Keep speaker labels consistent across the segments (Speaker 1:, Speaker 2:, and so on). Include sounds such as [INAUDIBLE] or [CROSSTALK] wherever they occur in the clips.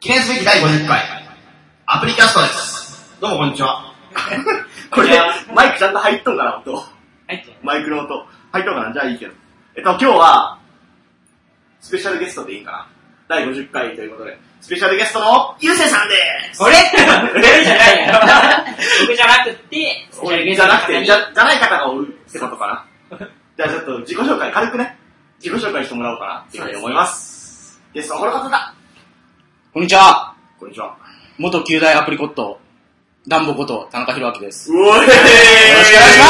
Speaker 1: 記念すべき第500回、アプリキャストです。どうもこんにちは。 [LAUGHS] これ
Speaker 2: こんにち、
Speaker 1: マイクちゃんと入っとんかな、音。
Speaker 2: はい、と。
Speaker 1: マイクの音。入っとんかな、じゃあいいけど。えっと、今日は、スペシャルゲストでいいかな。第50回ということで、スペシャルゲストの、ゆうせいさんです。
Speaker 2: 俺 [LAUGHS] 俺じゃな
Speaker 1: [LAUGHS]
Speaker 2: いよ。僕じゃなくて、スペシャルゲ
Speaker 1: 俺
Speaker 2: ス
Speaker 1: じ
Speaker 2: ト
Speaker 1: ゃ
Speaker 2: の
Speaker 1: なく
Speaker 2: 方
Speaker 1: て、
Speaker 2: に
Speaker 1: じゃ、じゃない方が多いってことかな。じゃあちょっと自己紹介、軽くね、自己紹介してもらおうかなっていうふうに思います。ゲスト、この方だ。
Speaker 3: こんにちは。
Speaker 1: こんにちは。
Speaker 3: 元旧大アプリコット、ダンボこと田中宏明 [LAUGHS] です。
Speaker 1: うおーよろしくお願いしま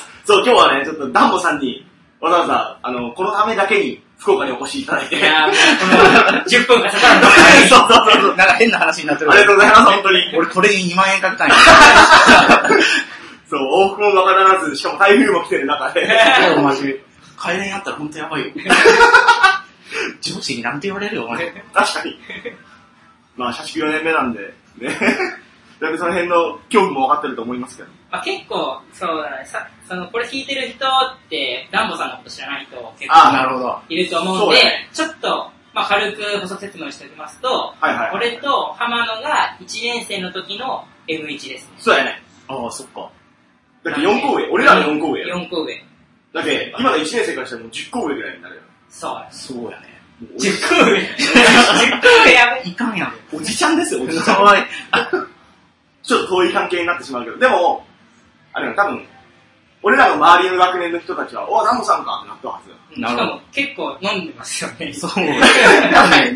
Speaker 1: すそう、今日はね、ちょっとダンボさんに、わざわざ、あの、このためだけに、福岡にお越しいただいて。
Speaker 2: いやーもうこの10分が経たんだ。
Speaker 1: そうそうそうそう。
Speaker 3: なんか変な話になってる
Speaker 1: ありがとうございます、本当に。
Speaker 3: 俺これに2万円かけたんや。
Speaker 1: そう、往復もまからなず、しかも台風も来てる中で。
Speaker 3: お前、帰れんやったら本当やばいよ。 [LAUGHS] 上司になんて言われるよ、お前。
Speaker 1: 確かに。まあ、社畜4年目なんで、ね。だいぶその辺の恐怖も分かってると思いますけど。
Speaker 2: まあ結構、そうだね、さ、その、これ聞いてる人って、ダンボさんのこと知らない人結構
Speaker 1: あ
Speaker 3: なるほど。
Speaker 2: いると思うん
Speaker 1: そう
Speaker 2: で、
Speaker 1: だね
Speaker 2: ちょっと、まあ軽く補足説明しておきますと、
Speaker 1: はいはい。
Speaker 2: 俺と浜野が1年生の時の M1 ですね。
Speaker 1: そうやね。
Speaker 3: ああ、そっか。
Speaker 1: だって4校上。俺らの4校上や。
Speaker 2: 4個上。
Speaker 1: だって、今の1年生からしたらもう10校上ぐらいになるよ。
Speaker 2: そう
Speaker 1: [LAUGHS]
Speaker 2: だね。
Speaker 3: そうやね。
Speaker 1: もう
Speaker 2: 10個上。10個 [LAUGHS] 上やべ。
Speaker 3: いかんやん。
Speaker 1: おじちゃん
Speaker 3: [LAUGHS]
Speaker 1: ですよ、おじちゃん。
Speaker 3: 怖い。
Speaker 1: ちょっと遠い関係になってしまうけど、でも、あれだ、多分、俺らの周りの学年の人たちは、おダンボさんかってなったはずよ。
Speaker 2: し
Speaker 3: なる
Speaker 2: か
Speaker 3: ほ
Speaker 2: も結構飲んでますよね。
Speaker 3: そう。なんかね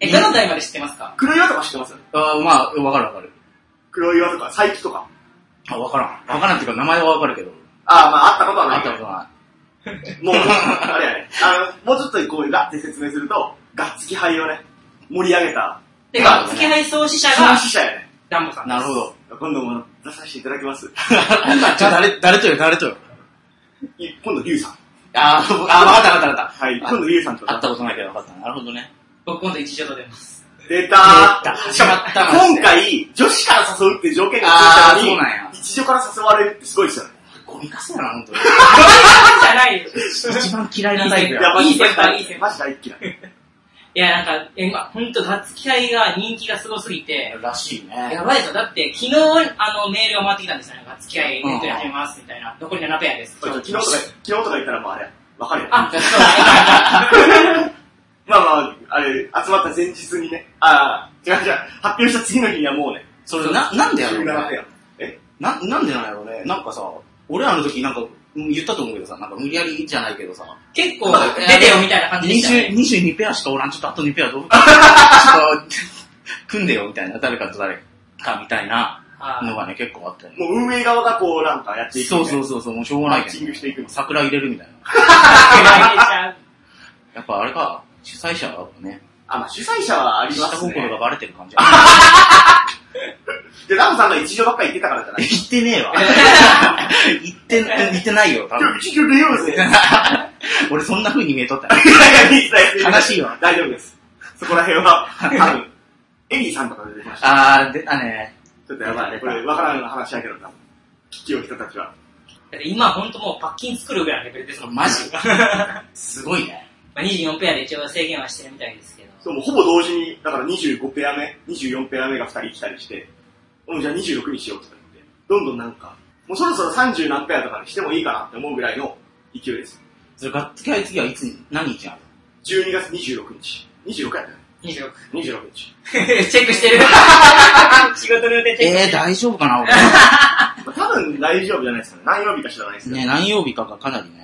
Speaker 2: え、どの代まで知ってますか
Speaker 1: 黒岩とか知ってます
Speaker 3: あーまあ、わかるわかる。
Speaker 1: 黒岩とか、佐伯とか。
Speaker 3: あ、わからん。わからんっていうか名前はわかるけど。
Speaker 1: ああ、まあ、あったことはな
Speaker 3: あ
Speaker 1: い
Speaker 3: っ
Speaker 1: け
Speaker 3: た
Speaker 1: ど
Speaker 3: ことな
Speaker 1: もう、あれやね。あの、もうちょっとこう、ガッて説明すると、ガッツキ杯をね、盛り上げた、
Speaker 2: で、ガッツキ配創始者
Speaker 1: 創
Speaker 2: が
Speaker 1: 始者やね。
Speaker 2: ダンボさん
Speaker 3: い。
Speaker 2: です。
Speaker 3: なるほど。
Speaker 1: 今度も出させていただきます。[LAUGHS]
Speaker 3: [LAUGHS] じゃあ誰、誰とよ、誰とよ。
Speaker 1: い今度、リュウさん。
Speaker 3: あー、僕あー、わかったわかったわかっ
Speaker 1: はい、今度、リュウさんと
Speaker 3: た。会ったことないけどわかった。なるほどね。
Speaker 2: 僕今度一条と出ます。 [LAUGHS]
Speaker 1: 出たー。
Speaker 3: 出た
Speaker 1: しかも
Speaker 3: 始まった
Speaker 1: 今回、女子から誘うっていう条件が
Speaker 3: あ
Speaker 1: つ
Speaker 3: ー、
Speaker 1: いた
Speaker 3: そう
Speaker 1: のに、
Speaker 3: なんや。
Speaker 1: 一女から誘われるってすごいですよね。
Speaker 3: ゴミかすやな、本当に。
Speaker 2: じゃないよ。
Speaker 3: 一番嫌いなタイプ
Speaker 2: いや
Speaker 3: や。
Speaker 2: マジでいい先輩
Speaker 1: マジ大っ嫌
Speaker 3: [LAUGHS]
Speaker 1: い。
Speaker 2: いや、なんか、え、ま、ほんと、ガッツキ配が人気がすごすぎて、
Speaker 3: らしいね
Speaker 2: や。ばいぞ。だって、昨日、あの、メールが回ってきたんですよね。ガッツキ配イベントやってます、みたいな。残り7ペアです。
Speaker 1: 昨日とか、昨日とか言ったらもうあれ、わかるよ。
Speaker 2: あ、そうだ。
Speaker 1: [LAUGHS] まあまあ、あれ、集まった前日にね、ああ、違う違う、発表した次の日にはもうね、
Speaker 3: それな、なんでやろ
Speaker 1: 17
Speaker 3: うね。
Speaker 1: や。
Speaker 3: な、なんでなんやろうね。なんかさ、俺らの時なんか、うん言ったと思うけどさ、なんか無理やりじゃないけどさ、
Speaker 2: [LAUGHS] 結構、出てよ、みたいな感じでした [LAUGHS]
Speaker 3: 20
Speaker 2: ね。
Speaker 3: 22ペアしかおらん、ちょっとあと2ペアどうちょっと、組んでよみたいな、誰かと誰かみたいなの
Speaker 2: [LAUGHS] あ
Speaker 3: がね、結構あったよね。
Speaker 1: もう運営側がこうなんかやっていく、ね。
Speaker 3: そうそうそう、そうもうしょうが
Speaker 1: マ
Speaker 3: な
Speaker 1: ッ
Speaker 3: いけ
Speaker 1: チン
Speaker 3: ど
Speaker 1: グしていくの。
Speaker 3: 桜入れるみたいな。
Speaker 2: あ。
Speaker 3: やっぱあれか、主催者はね、
Speaker 1: あ、まあ主催者はありま
Speaker 3: 下
Speaker 1: す
Speaker 3: 心が
Speaker 1: ね。
Speaker 3: バレてる感じ。
Speaker 1: で、ラムさんが一条ばっかり言ってたからじゃない。
Speaker 3: [LAUGHS] 言ってねえわ。言って、言ってないよ、多
Speaker 1: 今
Speaker 3: 分。
Speaker 1: 日一条出ようぜ。いやい
Speaker 3: [LAUGHS] 俺そんな風に見
Speaker 1: [LAUGHS]
Speaker 3: えとったよ。
Speaker 1: やいいです
Speaker 3: 悲しいわ。
Speaker 1: 大丈夫です。そこら辺 [LAUGHS] は、多分、エリーさんとか出てきました。
Speaker 3: あー、出たね。
Speaker 1: ちょっとやばいね。これ、わからんような話やけどな。聞きよう人たちは。
Speaker 2: だって今ほんともうパッキン作るぐらいのレベルですもん。
Speaker 3: マジすごいね。
Speaker 2: まあ、24ペアで一応制限はしてるみたいですけど。
Speaker 1: そう、もうほぼ同時に、だから25ペア目、24ペア目が2人来たりして、うん、じゃあ26にしようとか言って、どんどんなんか、もうそろそろ30何ペアとかにしてもいいかなって思うぐらいの勢いです。
Speaker 3: それ、ガッツキャイ次はいつに、何日なの
Speaker 1: 12月26日。26やったね。
Speaker 2: 26。
Speaker 1: 26日。
Speaker 2: [LAUGHS] チェックしてる。 [LAUGHS] 仕事の予定チェック
Speaker 3: え
Speaker 2: し
Speaker 3: ー、
Speaker 2: てる。
Speaker 3: 大丈夫かな
Speaker 1: まあ、多分大丈夫じゃないですかね。何曜日か知らないです
Speaker 3: 俺。
Speaker 1: けど。
Speaker 3: [LAUGHS] ね、何曜日かがかなりね。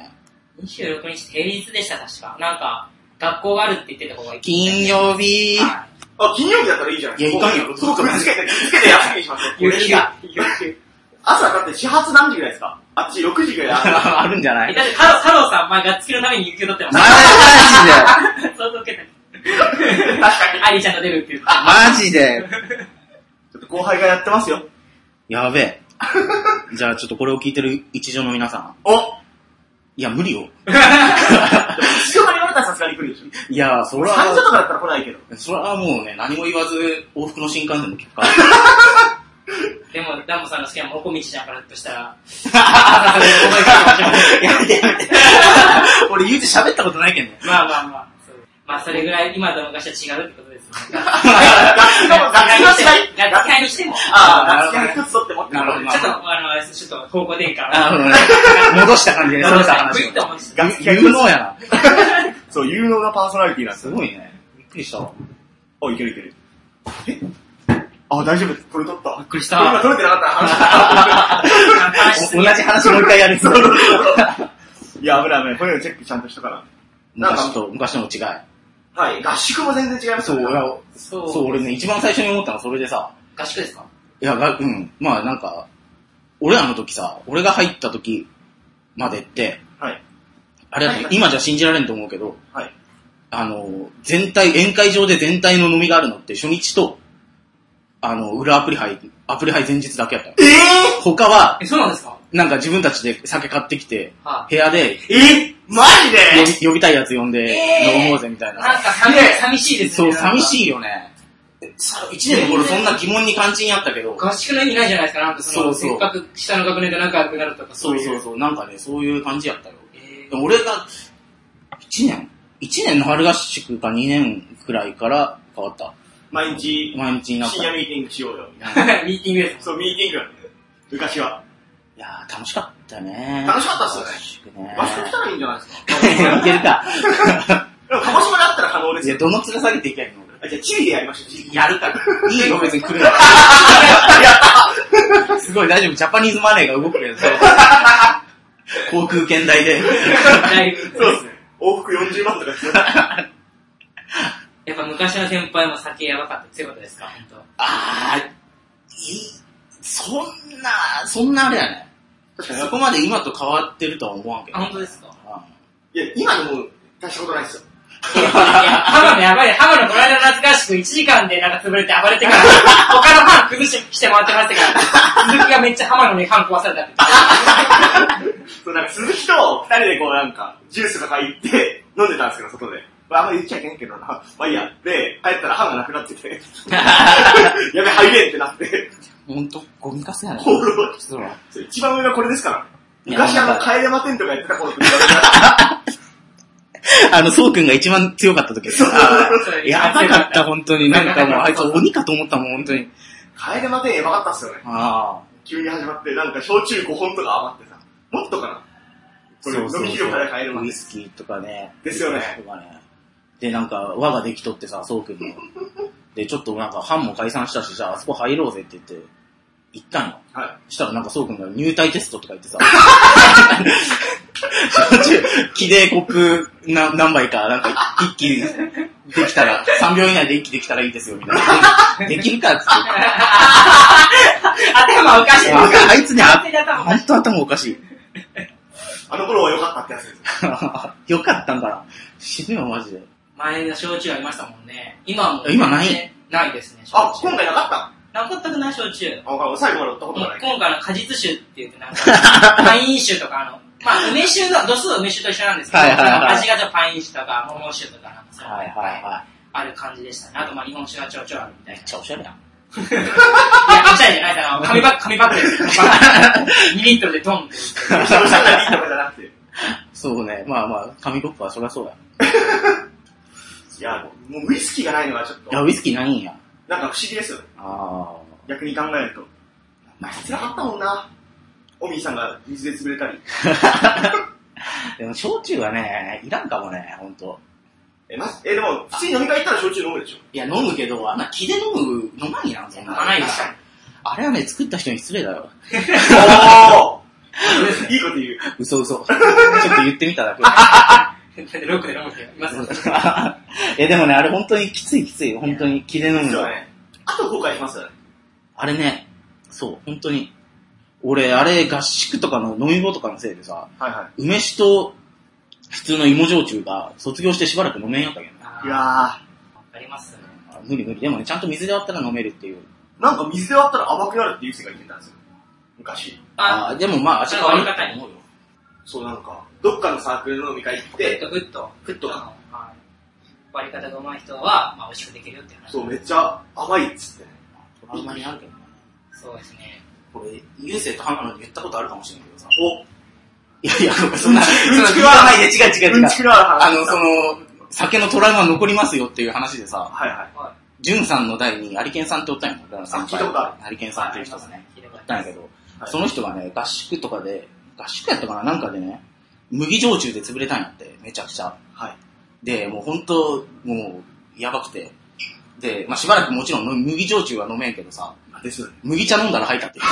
Speaker 2: 26日平日でした、確か。なんか、学校があるって言ってた方がいい。
Speaker 3: 金曜日、
Speaker 2: は
Speaker 1: あ、金曜日だったらいいじゃないですか。
Speaker 3: いやいかんよ
Speaker 1: そうか、気つけて、気つけて休みにし [LAUGHS] ましょう。
Speaker 2: い。有給。
Speaker 3: が
Speaker 2: 有給。
Speaker 1: 朝だって始発何時ぐらいですかあっち6時ぐらい。 [LAUGHS] あ
Speaker 3: あるんじゃな
Speaker 2: え、
Speaker 3: い
Speaker 2: だって、太郎太郎さん、前、ガッツキのために有給取ってまし
Speaker 3: マ
Speaker 2: た。そうそう受け
Speaker 1: 確かに。
Speaker 2: た。アリちゃんが出るっていう。あ
Speaker 3: ジでマジで
Speaker 1: ちょっと後輩がやってますよ。
Speaker 3: やべえ。 [LAUGHS] じゃあちょっとこれを聞いてる一条の皆さん。
Speaker 1: お
Speaker 3: いや、無理よ。
Speaker 1: 一度も言われたらさすがに来るでしょ。
Speaker 3: いや、そら、
Speaker 1: 3時とかだったら来ない [LAUGHS] けど。
Speaker 3: そらもうね、何も言わず、往復の新幹線の結果。 [LAUGHS]
Speaker 2: でも、ダンボさんの好きなもこみちちゃんからとしたら、
Speaker 3: [LAUGHS] やめてやめて。俺言うて喋ったことないけんね。
Speaker 2: まあまあまあ。そうまあ、それぐらい今と昔は違うってことですね。
Speaker 1: 学生の時代
Speaker 2: 学会にしても、ちょ
Speaker 1: ああ、学生の一つ取って持って
Speaker 3: なるほど
Speaker 2: っと、あの、ちょっと方向転換を。
Speaker 3: あのね戻した感じで、
Speaker 2: 戻
Speaker 3: 戻
Speaker 2: し
Speaker 3: したた
Speaker 2: グ
Speaker 3: 話
Speaker 2: イッと戻した
Speaker 1: 学生
Speaker 3: 有
Speaker 1: の
Speaker 3: 能やな。
Speaker 1: そう、有能なパーソナリティなんです
Speaker 3: す
Speaker 1: よ。
Speaker 3: ごいね。びっくりしたわ。
Speaker 1: お、いけるいける。えあ、大丈夫です。これ取った。
Speaker 3: びっくりし
Speaker 1: 今
Speaker 3: た。
Speaker 1: 取れてなかったら話
Speaker 2: 話
Speaker 3: 同じ話もう一回や
Speaker 1: [LAUGHS]
Speaker 3: る。
Speaker 1: いや、危ない危ない。これチェックちゃんとしとかな。
Speaker 3: 昔と昔の違い。
Speaker 1: はい。合宿も全然違います
Speaker 3: そう、
Speaker 1: よ
Speaker 3: 俺
Speaker 1: ね。
Speaker 3: は
Speaker 2: そ
Speaker 3: そう、俺ね、一番最初に思ったのはそれでさ、
Speaker 2: 合宿ですか
Speaker 3: いや、がうん、まあなんか、俺らの時さ、俺が入った時までって、
Speaker 1: はい。
Speaker 3: あれだ
Speaker 1: はい
Speaker 3: と
Speaker 1: はい
Speaker 3: 今じゃ信じられんと思うけど、
Speaker 1: はい。
Speaker 3: あの、全体、宴会場で全体の飲みがあるのって初日と、あの、裏アプリ杯、アプリ杯前日だけやったの。
Speaker 1: え
Speaker 3: 他は、
Speaker 2: え、そうなんですか
Speaker 3: なんか自分たちで酒買ってきて、
Speaker 2: は
Speaker 3: 部屋で
Speaker 1: ぇえマジ
Speaker 3: 呼
Speaker 1: で
Speaker 3: び呼びたいやつ呼んで
Speaker 2: えー
Speaker 3: 飲もうぜみたい
Speaker 2: い。
Speaker 3: な。
Speaker 2: なんか寂
Speaker 1: ね
Speaker 2: 寂しいです
Speaker 3: そう、
Speaker 2: ね。
Speaker 3: 寂
Speaker 2: い。
Speaker 3: しいよね。一年の頃そんな疑問に感じんやったけど、
Speaker 2: 合宿の意味ないじゃないですか、なんかその、
Speaker 3: そう
Speaker 2: せ
Speaker 3: そ
Speaker 2: っ
Speaker 3: う
Speaker 2: かく下の学年で仲良くなるとか、。
Speaker 3: そうそううそう、なんかね、そういう感じやったよ。
Speaker 2: え
Speaker 3: でも俺が、一年一年の春合宿か二年くらいから変わった。
Speaker 1: 毎日、
Speaker 3: 毎日になった。
Speaker 1: 深夜
Speaker 3: い
Speaker 1: ミーティングしようよ。
Speaker 2: ー [LAUGHS] ミーティングです。
Speaker 1: そう、ミーティングなんで。昔は。
Speaker 3: やー、楽しかったね。
Speaker 1: 楽しかったっす
Speaker 3: よね。
Speaker 1: 合宿来たらいいんじゃないですか。
Speaker 3: [LAUGHS] いけるか。
Speaker 1: でも、鹿児島だったら可能で
Speaker 3: い
Speaker 1: す
Speaker 3: や、
Speaker 1: よ。
Speaker 3: どの面下げていけばいいの
Speaker 1: あじゃあ、チリでやりましょう、チリ。
Speaker 3: やる [LAUGHS] から。いいよ、別に来るなら。すごい、大丈夫。ジャパニーズマネーが動くけど、そう航空券代で。
Speaker 2: だいぶ。
Speaker 1: そうですね。往復40万とかして [LAUGHS]
Speaker 2: やっぱ昔の先輩も酒やばかった、強かったですか、本当。
Speaker 3: あー、いい。そんな、そんなあれやね。
Speaker 1: 確
Speaker 3: そこまで今と変わってるとは思わんけど。
Speaker 2: あ、本当ですか
Speaker 1: いや、今でも大したことないですよ。
Speaker 2: いや、浜野やばい、浜野この間の夏合宿1時間でなんか潰れて暴 [LAUGHS] れてから、他のファン崩してきて回ってましたから、鈴木がめっちゃ浜野にファン壊されたって。
Speaker 1: そう、なんか鈴木と二人でこうなんか、ジュースとか行って、飲んでたんですけど、外で。まあ、あんま言っちゃいけんけどな。まあいいや。で、帰ったら歯がなくなって [LAUGHS] て、やべ、入れんってなって、
Speaker 3: ほんと、ゴミかすやね。
Speaker 1: 放浪
Speaker 3: そうだ
Speaker 1: そう一番上がこれですからね。
Speaker 3: いや
Speaker 1: 昔あ
Speaker 3: なん
Speaker 1: の、
Speaker 3: か
Speaker 1: 帰れませんとかやってた頃と比べたら [LAUGHS]
Speaker 3: あの、そうくんが一番強かった時だよ
Speaker 1: そう
Speaker 2: そうそう
Speaker 3: やばかった、本当に。なんかもう、あいつ鬼かと思ったもん、本当に。
Speaker 1: 帰れませんやばかったっすよね。
Speaker 3: ああ。
Speaker 1: 急に始まって、なんか焼酎5本とか余ってさ。もっとかな。これ、飲み切るから帰れま
Speaker 3: ウ
Speaker 1: せ
Speaker 3: イ
Speaker 1: ん。
Speaker 3: スキーとかね。
Speaker 1: ですよね
Speaker 3: とかね。で、なんか、輪ができとってさ、そうくんの。で、ちょっとなんか、班も解散したし、じゃあ、あそこ入ろうぜって言って、行ったんよ。
Speaker 1: は
Speaker 3: したらなんかそうくんが入隊テストとか言ってさ、 [LAUGHS] 焼酎木でコップな何杯か、なんか一気にできたら、3秒以内で一気できたらいいですよ、みたいな。できるかっつって
Speaker 2: 頭おかしい
Speaker 3: 言って。あいつね、あ
Speaker 2: 手で頭おか
Speaker 3: 本当頭おかしい。
Speaker 1: あの頃は良かったってやつです。
Speaker 3: [LAUGHS] よかったんかな。死ぬよ、マジで。
Speaker 2: 前の焼酎ありましたもんね。今はもう。
Speaker 3: 今ない
Speaker 2: ねないですね。
Speaker 1: あ、
Speaker 2: 焼酎
Speaker 1: 今回なかった
Speaker 2: なかったくない焼酎。
Speaker 1: あ、わかる最後まで乗ったこと
Speaker 2: もう
Speaker 3: [LAUGHS]
Speaker 1: がない。
Speaker 2: 今回の果実酒って言ってなんか、パイン酒とかあ [LAUGHS] の、まあ梅酒の、度数は梅酒と一緒なんですけど、
Speaker 3: はいはいはい
Speaker 2: 味がじゃあパイン酒とか桃酒とかなんかそういうのが
Speaker 3: はいはいは
Speaker 2: ある感じでしたね。あとまあ日本酒がちょろちょろあるみた
Speaker 3: い。
Speaker 2: い
Speaker 3: め
Speaker 2: な
Speaker 3: っ。ちゃおしゃれやん。
Speaker 2: いや、おしゃれじゃないだろ。紙パック、紙パックです。2リットルでドンって。
Speaker 1: むしゃむしゃなりとかじゃなくて。
Speaker 3: [LAUGHS] そうね、まあまあ、紙コップはそりゃそうや。
Speaker 1: いや、もうウイスキーがないのがちょっと
Speaker 3: い、や、ウイスキーないんや。
Speaker 1: なんか不思議ですよね。
Speaker 3: あ
Speaker 1: 逆に考えると。
Speaker 3: まあ。
Speaker 1: 辛かったもんな。おみーさんが水で潰れたり。
Speaker 3: でも、焼酎はね、いらんかもね、ほんと。
Speaker 1: え、まじえ、でも、普通に飲み会行ったら焼酎飲むでしょ。
Speaker 3: いや、飲むけど、あんな気で飲む、飲まんやん、そん
Speaker 2: 飲
Speaker 3: な。
Speaker 2: まないわ。
Speaker 3: あれはね、作った人に失礼だよ。
Speaker 1: おーいいこと言う。
Speaker 3: [LAUGHS] 嘘 [LAUGHS] 嘘。ちょっと言ってみただ [LAUGHS] け。
Speaker 2: [LAUGHS] ロックで飲む人います
Speaker 3: え、でもね、あれ本当にきついきつい。本当に気で飲む
Speaker 1: 実
Speaker 3: の
Speaker 1: は。ね、あと後悔しますよね。
Speaker 3: あれね、そう、本当に。俺、あれ、合宿とかの飲み棒とかのせいでさ、
Speaker 1: はいは
Speaker 3: 梅酒と普通の芋焼酎が卒業してしばらく飲めんやったけどね。
Speaker 2: あ
Speaker 1: いや
Speaker 2: ありますね。
Speaker 3: あ無理無理。でもね、ちゃんと水で割ったら飲めるっていう。
Speaker 1: ー、なんか水で割ったら甘くなるっていう世界にいたんですよ。昔。
Speaker 2: [LAUGHS] あ、
Speaker 3: あーでもまあ、足が悪いと思うよ。
Speaker 1: そうなんか、どっかのサークルの飲み会行っ
Speaker 2: グッ
Speaker 1: て、
Speaker 2: とグッと。
Speaker 1: ふっとか、
Speaker 2: はい割り方が上手い人は、まあ、美味しくできるって話。
Speaker 1: そう、めっちゃ甘いっつってね。
Speaker 3: あんまりあるけどね。
Speaker 2: そうですね。
Speaker 3: これ、ゆうせいと浜野に言ったことあるかもしれないけどさ。
Speaker 1: お、
Speaker 3: [LAUGHS] いやいや、そんな、そんな、
Speaker 1: うんちく
Speaker 3: 言
Speaker 1: は
Speaker 3: わないで、違う違う違
Speaker 1: うん
Speaker 3: う。
Speaker 1: ちくらある話
Speaker 3: あの、その、酒のトラウマ残りますよっていう話でさ、
Speaker 1: はいはい。
Speaker 3: ジュンさんの代にアリケンさんっておったんやもん、先
Speaker 1: 聞いたことあ
Speaker 3: アリケンさんっていう人がね、
Speaker 2: 聞いたこ
Speaker 3: お
Speaker 2: と
Speaker 3: ったんやけど、
Speaker 1: はい
Speaker 3: その人がね、合宿とかで、合宿やったかななんかでね、麦焼酎で潰れたんやって、めちゃくちゃ。
Speaker 1: はい。
Speaker 3: で、もう本当、もう、やばくて。で、まあしばらくもちろんむ麦焼酎は飲めんけどさ、
Speaker 1: あですよね。
Speaker 3: 麦茶飲んだら吐いたっていう。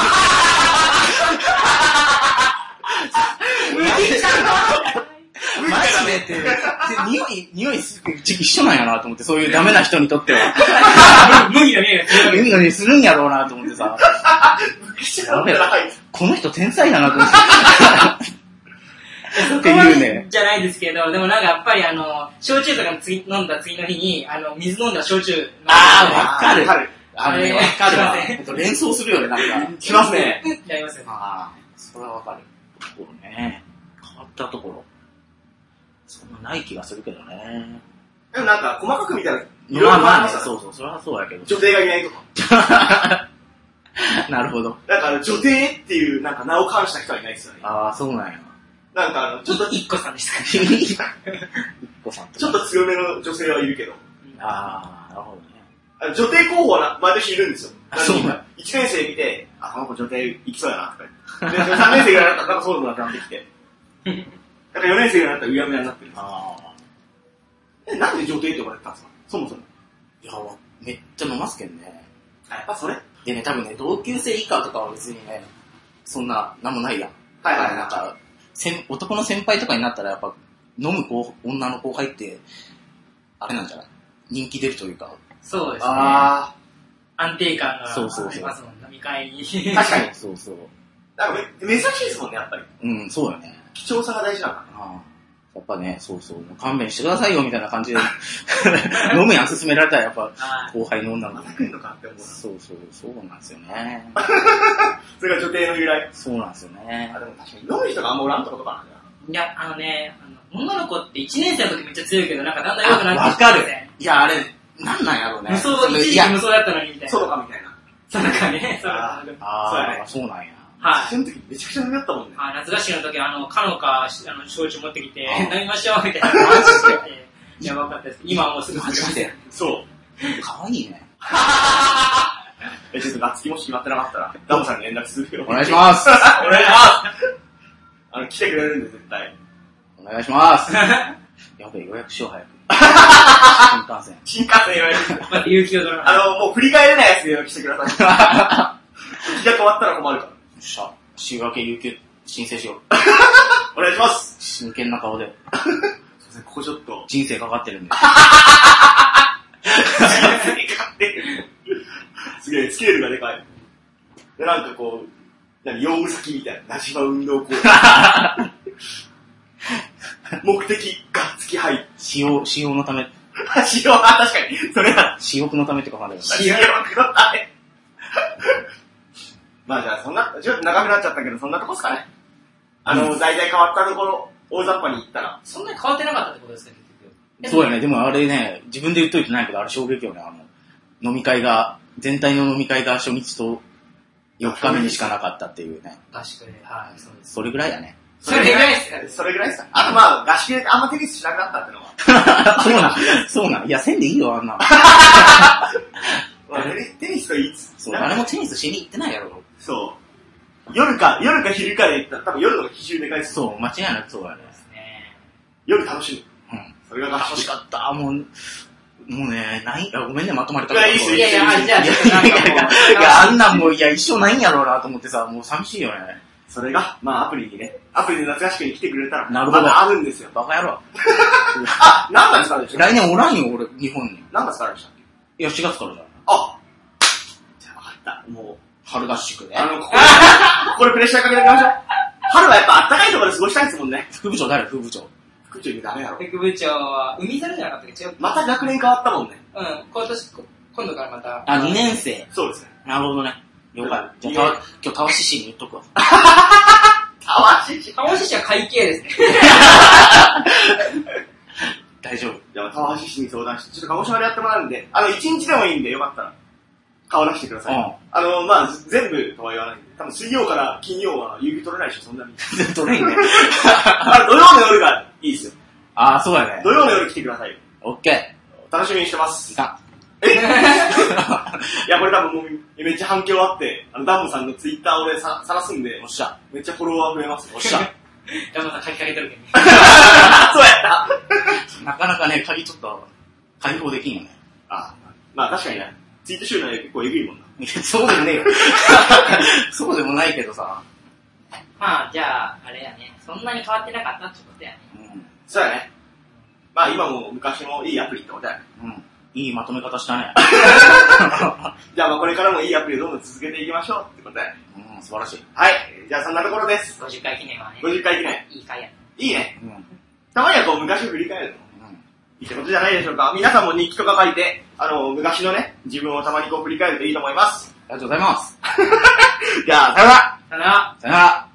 Speaker 3: 麦茶
Speaker 1: 麦
Speaker 3: マ
Speaker 1: 茶
Speaker 3: ジでって。で、匂い、匂いすぐ一緒なんやなと思って、そういうダメな人にとっては。
Speaker 2: 麦の匂いがする。
Speaker 3: 麦の匂いするんやろうなと思ってさ、
Speaker 1: 麦茶飲んだらはい。
Speaker 3: この人天才だなと思って。っていうね。
Speaker 2: じゃないですけど、でもなんかやっぱりあの、焼酎とか次飲んだ次の日に、あの、水飲んだ焼酎。
Speaker 3: あーわかる
Speaker 1: わかる。
Speaker 3: あの
Speaker 2: え
Speaker 3: ね、
Speaker 2: ー
Speaker 3: わかるわ
Speaker 2: すいません
Speaker 3: ほんと連想するよね、なんか。
Speaker 1: きますね。
Speaker 2: うんってなりますよね。
Speaker 3: ああ、それはわかる。そうね。変わったところ。そんなない気がするけどね。
Speaker 1: でもなんか、細かく見たら、いろいろ
Speaker 3: まあ
Speaker 1: 変わり
Speaker 3: まあ
Speaker 1: ま
Speaker 3: ね、
Speaker 1: した。
Speaker 3: そうそう、それはそうやけど。
Speaker 1: 女帝がいないとか。
Speaker 3: [LAUGHS] なるほど。
Speaker 1: なんかあの、女帝っていうなんか名を冠した人はいないですよね。
Speaker 3: ああ、そうなんや。
Speaker 1: なんかあの、ちょっと、
Speaker 2: 一個さ
Speaker 1: [LAUGHS]
Speaker 2: んでした。
Speaker 3: いっこさんと
Speaker 1: ちょっと強めの女性はいるけど、
Speaker 3: ああ、なるほどね。
Speaker 1: あの女帝候補はな毎年いるんですよ。
Speaker 3: あそうなん
Speaker 1: 1年生見て、あ、この子女帝行きそうやな、とか言って。で、3年生ぐらいになったら、なんかそうでもなくなってきて。だから4年生ぐらいになったらうやむやになってるんで
Speaker 3: ああ。
Speaker 1: すえなんで女帝って呼ばれてたんですかそもそも。
Speaker 3: いや、めっちゃ飲ますけんね。
Speaker 1: あやっぱそれはい
Speaker 3: でね、多分ね、同級生以下とかは別にね、そんな、なんもないやん。
Speaker 1: はい
Speaker 3: だからなん
Speaker 1: は
Speaker 3: か、先男の先輩とかになったらやっぱ、飲む子、女の後輩って、あれなんじゃない人気出るというか。
Speaker 2: そうで
Speaker 1: い。
Speaker 2: すね。
Speaker 1: あ
Speaker 2: 安定感があ
Speaker 3: そうそうそう
Speaker 2: りますもん、飲み会に。
Speaker 1: ー。
Speaker 2: [LAUGHS]
Speaker 1: 確かに。
Speaker 3: そうそう。
Speaker 1: なんかめ、珍しいですもんね、やっぱり。
Speaker 3: うん、そうだね。
Speaker 1: 貴重さが大事だから。
Speaker 3: ああやっぱね、そうそう。もう勘弁してくださいよ、みたいな感じで。 [LAUGHS] 飲むやん勧められたらやっぱ、
Speaker 2: は
Speaker 3: 後輩の女の
Speaker 1: ま
Speaker 3: 子
Speaker 1: た。来るのかって思うな。
Speaker 3: そうそう、そうなんですよね。
Speaker 1: それが女帝の由来。
Speaker 3: そうなんですよね
Speaker 1: あ、。でも確かに飲む人があんまおらんってことかなんだよ
Speaker 2: い。いや、あのね、あの女の子って1年生の時めっちゃ強いけど、なんかだんだん弱くなってきて
Speaker 3: あわかるいや、あれ、なんなんやろうね。
Speaker 2: 無双、一
Speaker 3: い
Speaker 2: 時期
Speaker 3: や
Speaker 2: 無双だったのにみた
Speaker 1: な。
Speaker 2: い
Speaker 1: そ
Speaker 2: な。
Speaker 1: うかみたいな。
Speaker 2: そのかね、そう
Speaker 1: あー
Speaker 3: ああ、そうなんや。
Speaker 2: はい。
Speaker 1: その時めちゃくちゃ飲みだったもんね。
Speaker 2: あ夏合宿の時、あの、かのか、あの、焼酎持ってきて
Speaker 3: あ、
Speaker 2: 飲みましょう、み
Speaker 3: [LAUGHS]
Speaker 2: たいな。
Speaker 3: マ
Speaker 2: ジで。やばかったです。今はもうすぐ
Speaker 3: マジで。
Speaker 1: そう。
Speaker 3: かわいいね。
Speaker 1: え、ちょっと夏希もし決まってなかったら、ダムさんに連絡するけど。
Speaker 3: お願い
Speaker 1: [LAUGHS]
Speaker 3: します。
Speaker 1: お願いしますあの、来てくれるんで、絶対。
Speaker 3: お願いします。やべえ、予約しよう、早く。新幹線。
Speaker 1: 新幹線言われる。
Speaker 2: [LAUGHS] また勇気を取らない。
Speaker 1: あの、もう振り返れないやつで予約してください。気が変わったら困るから。
Speaker 3: よっしゃ、週明け有給申請しよう。
Speaker 1: お願いします
Speaker 3: 真剣な顔で。
Speaker 1: すいません、ここちょっと。
Speaker 3: 人生かかってるんで。
Speaker 1: すげえ、スケールがでかい。で、なんかこう、何、用務先みたいな、なじま運動公園。 [LAUGHS] 目的が突き入 [LAUGHS] っ
Speaker 3: 使用、使用のため、
Speaker 1: た。しよう、あ確かに。それは
Speaker 3: 使用のためって書かれる。
Speaker 1: 知らんくだい。まあじゃあそんな、ちょっと長くなっちゃったけど、そんなとこっすかね。あの、
Speaker 3: うん
Speaker 1: 大体変わったところ、大雑把に行ったら。
Speaker 2: そんなに変わってなかったってことですか、結局。
Speaker 3: そうやね、でもあれね、自分で言っといてないけど、あれ衝撃よね、あの、飲み会が、全体の飲み会が初日と4日目にしかなかったっていうね。
Speaker 2: 合宿で。はい、そう
Speaker 3: [LAUGHS]
Speaker 2: です。
Speaker 3: それぐらいだね。
Speaker 2: それぐらいですかね
Speaker 1: それぐらいっすかあとまあ、合宿であんま手口しなくなったってのは。
Speaker 3: そうなん、そうなん。いや、せんでいいよ、あんな。
Speaker 1: まあ、テニスと言いつつ
Speaker 3: そう、。誰もテニスしに行ってないやろ。
Speaker 1: そう。夜か、夜か昼かで行ったら、多分夜の方が比重でかいっす。
Speaker 3: そう、間違いなくそうやね。
Speaker 2: ですね。
Speaker 1: 夜楽し
Speaker 3: う
Speaker 1: む。
Speaker 3: ん。
Speaker 1: それが
Speaker 3: 楽し
Speaker 1: か
Speaker 3: かった、もう、もうね、ない、あごめんね、まとまれた
Speaker 1: いやいいっす
Speaker 2: い
Speaker 1: よ
Speaker 2: やいや、あじゃあ、
Speaker 3: い
Speaker 2: ちょ
Speaker 3: や
Speaker 2: っとなん
Speaker 3: いやい
Speaker 2: かも
Speaker 3: や、いうや、あんなんもう、いや、一生ないんやろうなと思ってさ、もう寂しいよね。
Speaker 1: それが、まあアプリにね、アプリで夏合宿に来てくれたら、
Speaker 3: なるほど
Speaker 1: まだあるんですよ。
Speaker 3: バカ野郎。
Speaker 1: あ、何月からでした
Speaker 3: 来年おらんよ、俺、日本に。い
Speaker 1: 何月からでしたっけ
Speaker 3: や、4月からだ。
Speaker 1: あじゃあ分かった。もう、
Speaker 3: 春合宿で。
Speaker 1: あの、ここで、これプレッシャーかけてみましょう。春はやっぱあったかいところで過ごしたいですもんね。
Speaker 3: 副部長誰副部長。
Speaker 1: 副長にダメやろ。
Speaker 2: 副部長は、海猿じゃなかったっけ違う。
Speaker 1: また学年変わったもんね。
Speaker 2: うん、今年、こ今度からまた。
Speaker 3: あ、2年生。
Speaker 1: そうですね。
Speaker 3: なるほどね。了解。じゃあ、
Speaker 1: いや
Speaker 3: たわ今日、たわし市に言っとくわ。
Speaker 1: たわし市。
Speaker 2: 鴨志社会計ですね。 [LAUGHS]
Speaker 3: 大丈夫。
Speaker 1: じゃあ、たわし市に相談して、ちょっと鹿児島でやってもらうんで、あの、一日でもいいんで、よかったら、顔出してください。
Speaker 3: うん
Speaker 1: あの、まあ全部とは言わないんで、多分水曜から金曜は有給取れないでしょ、そんなに。
Speaker 3: 取れんね。 [LAUGHS]
Speaker 1: あの、土曜の夜がいいですよ。
Speaker 3: あー、そうやね
Speaker 1: 土。曜の夜来てくださいよ。
Speaker 3: オッケ
Speaker 1: 楽しみにしてま
Speaker 3: ー。い
Speaker 1: す。
Speaker 3: た。
Speaker 1: [LAUGHS] いや、これ多分もうめっちゃ反響あって、あの、ダムさんのツイッター俺さ、さらすんで
Speaker 3: おっ、しゃ。
Speaker 1: めっちゃフォロワー増えます。 [LAUGHS]
Speaker 3: おっしゃ。
Speaker 2: ダムさん書きかけてるけどね。
Speaker 1: そうやった
Speaker 3: なかなかね、鍵ちょっと解放できんよね。
Speaker 1: あ、まあ確かにね、ツイート収納結構エグいもんな。
Speaker 3: いやそうでもねえよ。 [LAUGHS] そうでもないけどさ。
Speaker 2: まあ、じゃあ、あれやね。そんなに変わってなかったってことやね。
Speaker 3: うん。
Speaker 1: そうやね。まあ今も昔もいいアプリってことやね。
Speaker 3: うん。いいまとめ方したね。
Speaker 1: じゃあまあこれからもいいアプリをどんどん続けていきましょうってことやね。
Speaker 3: うん、素晴らしい。
Speaker 1: はい。じゃあそんなところです。
Speaker 2: 50回記念はね、
Speaker 1: 50回記念。
Speaker 2: いい回やね。
Speaker 1: いいね。
Speaker 3: うん。うん。
Speaker 1: たまにはこう昔を振り返るの。いいってことじゃないでしょうか。皆さんも日記とか書いて、あの、昔のね、自分をたまにこう振り返るといいと思います。
Speaker 3: ありがとうございます。
Speaker 1: じゃあ、さよなら
Speaker 2: ただ、
Speaker 3: さよなら。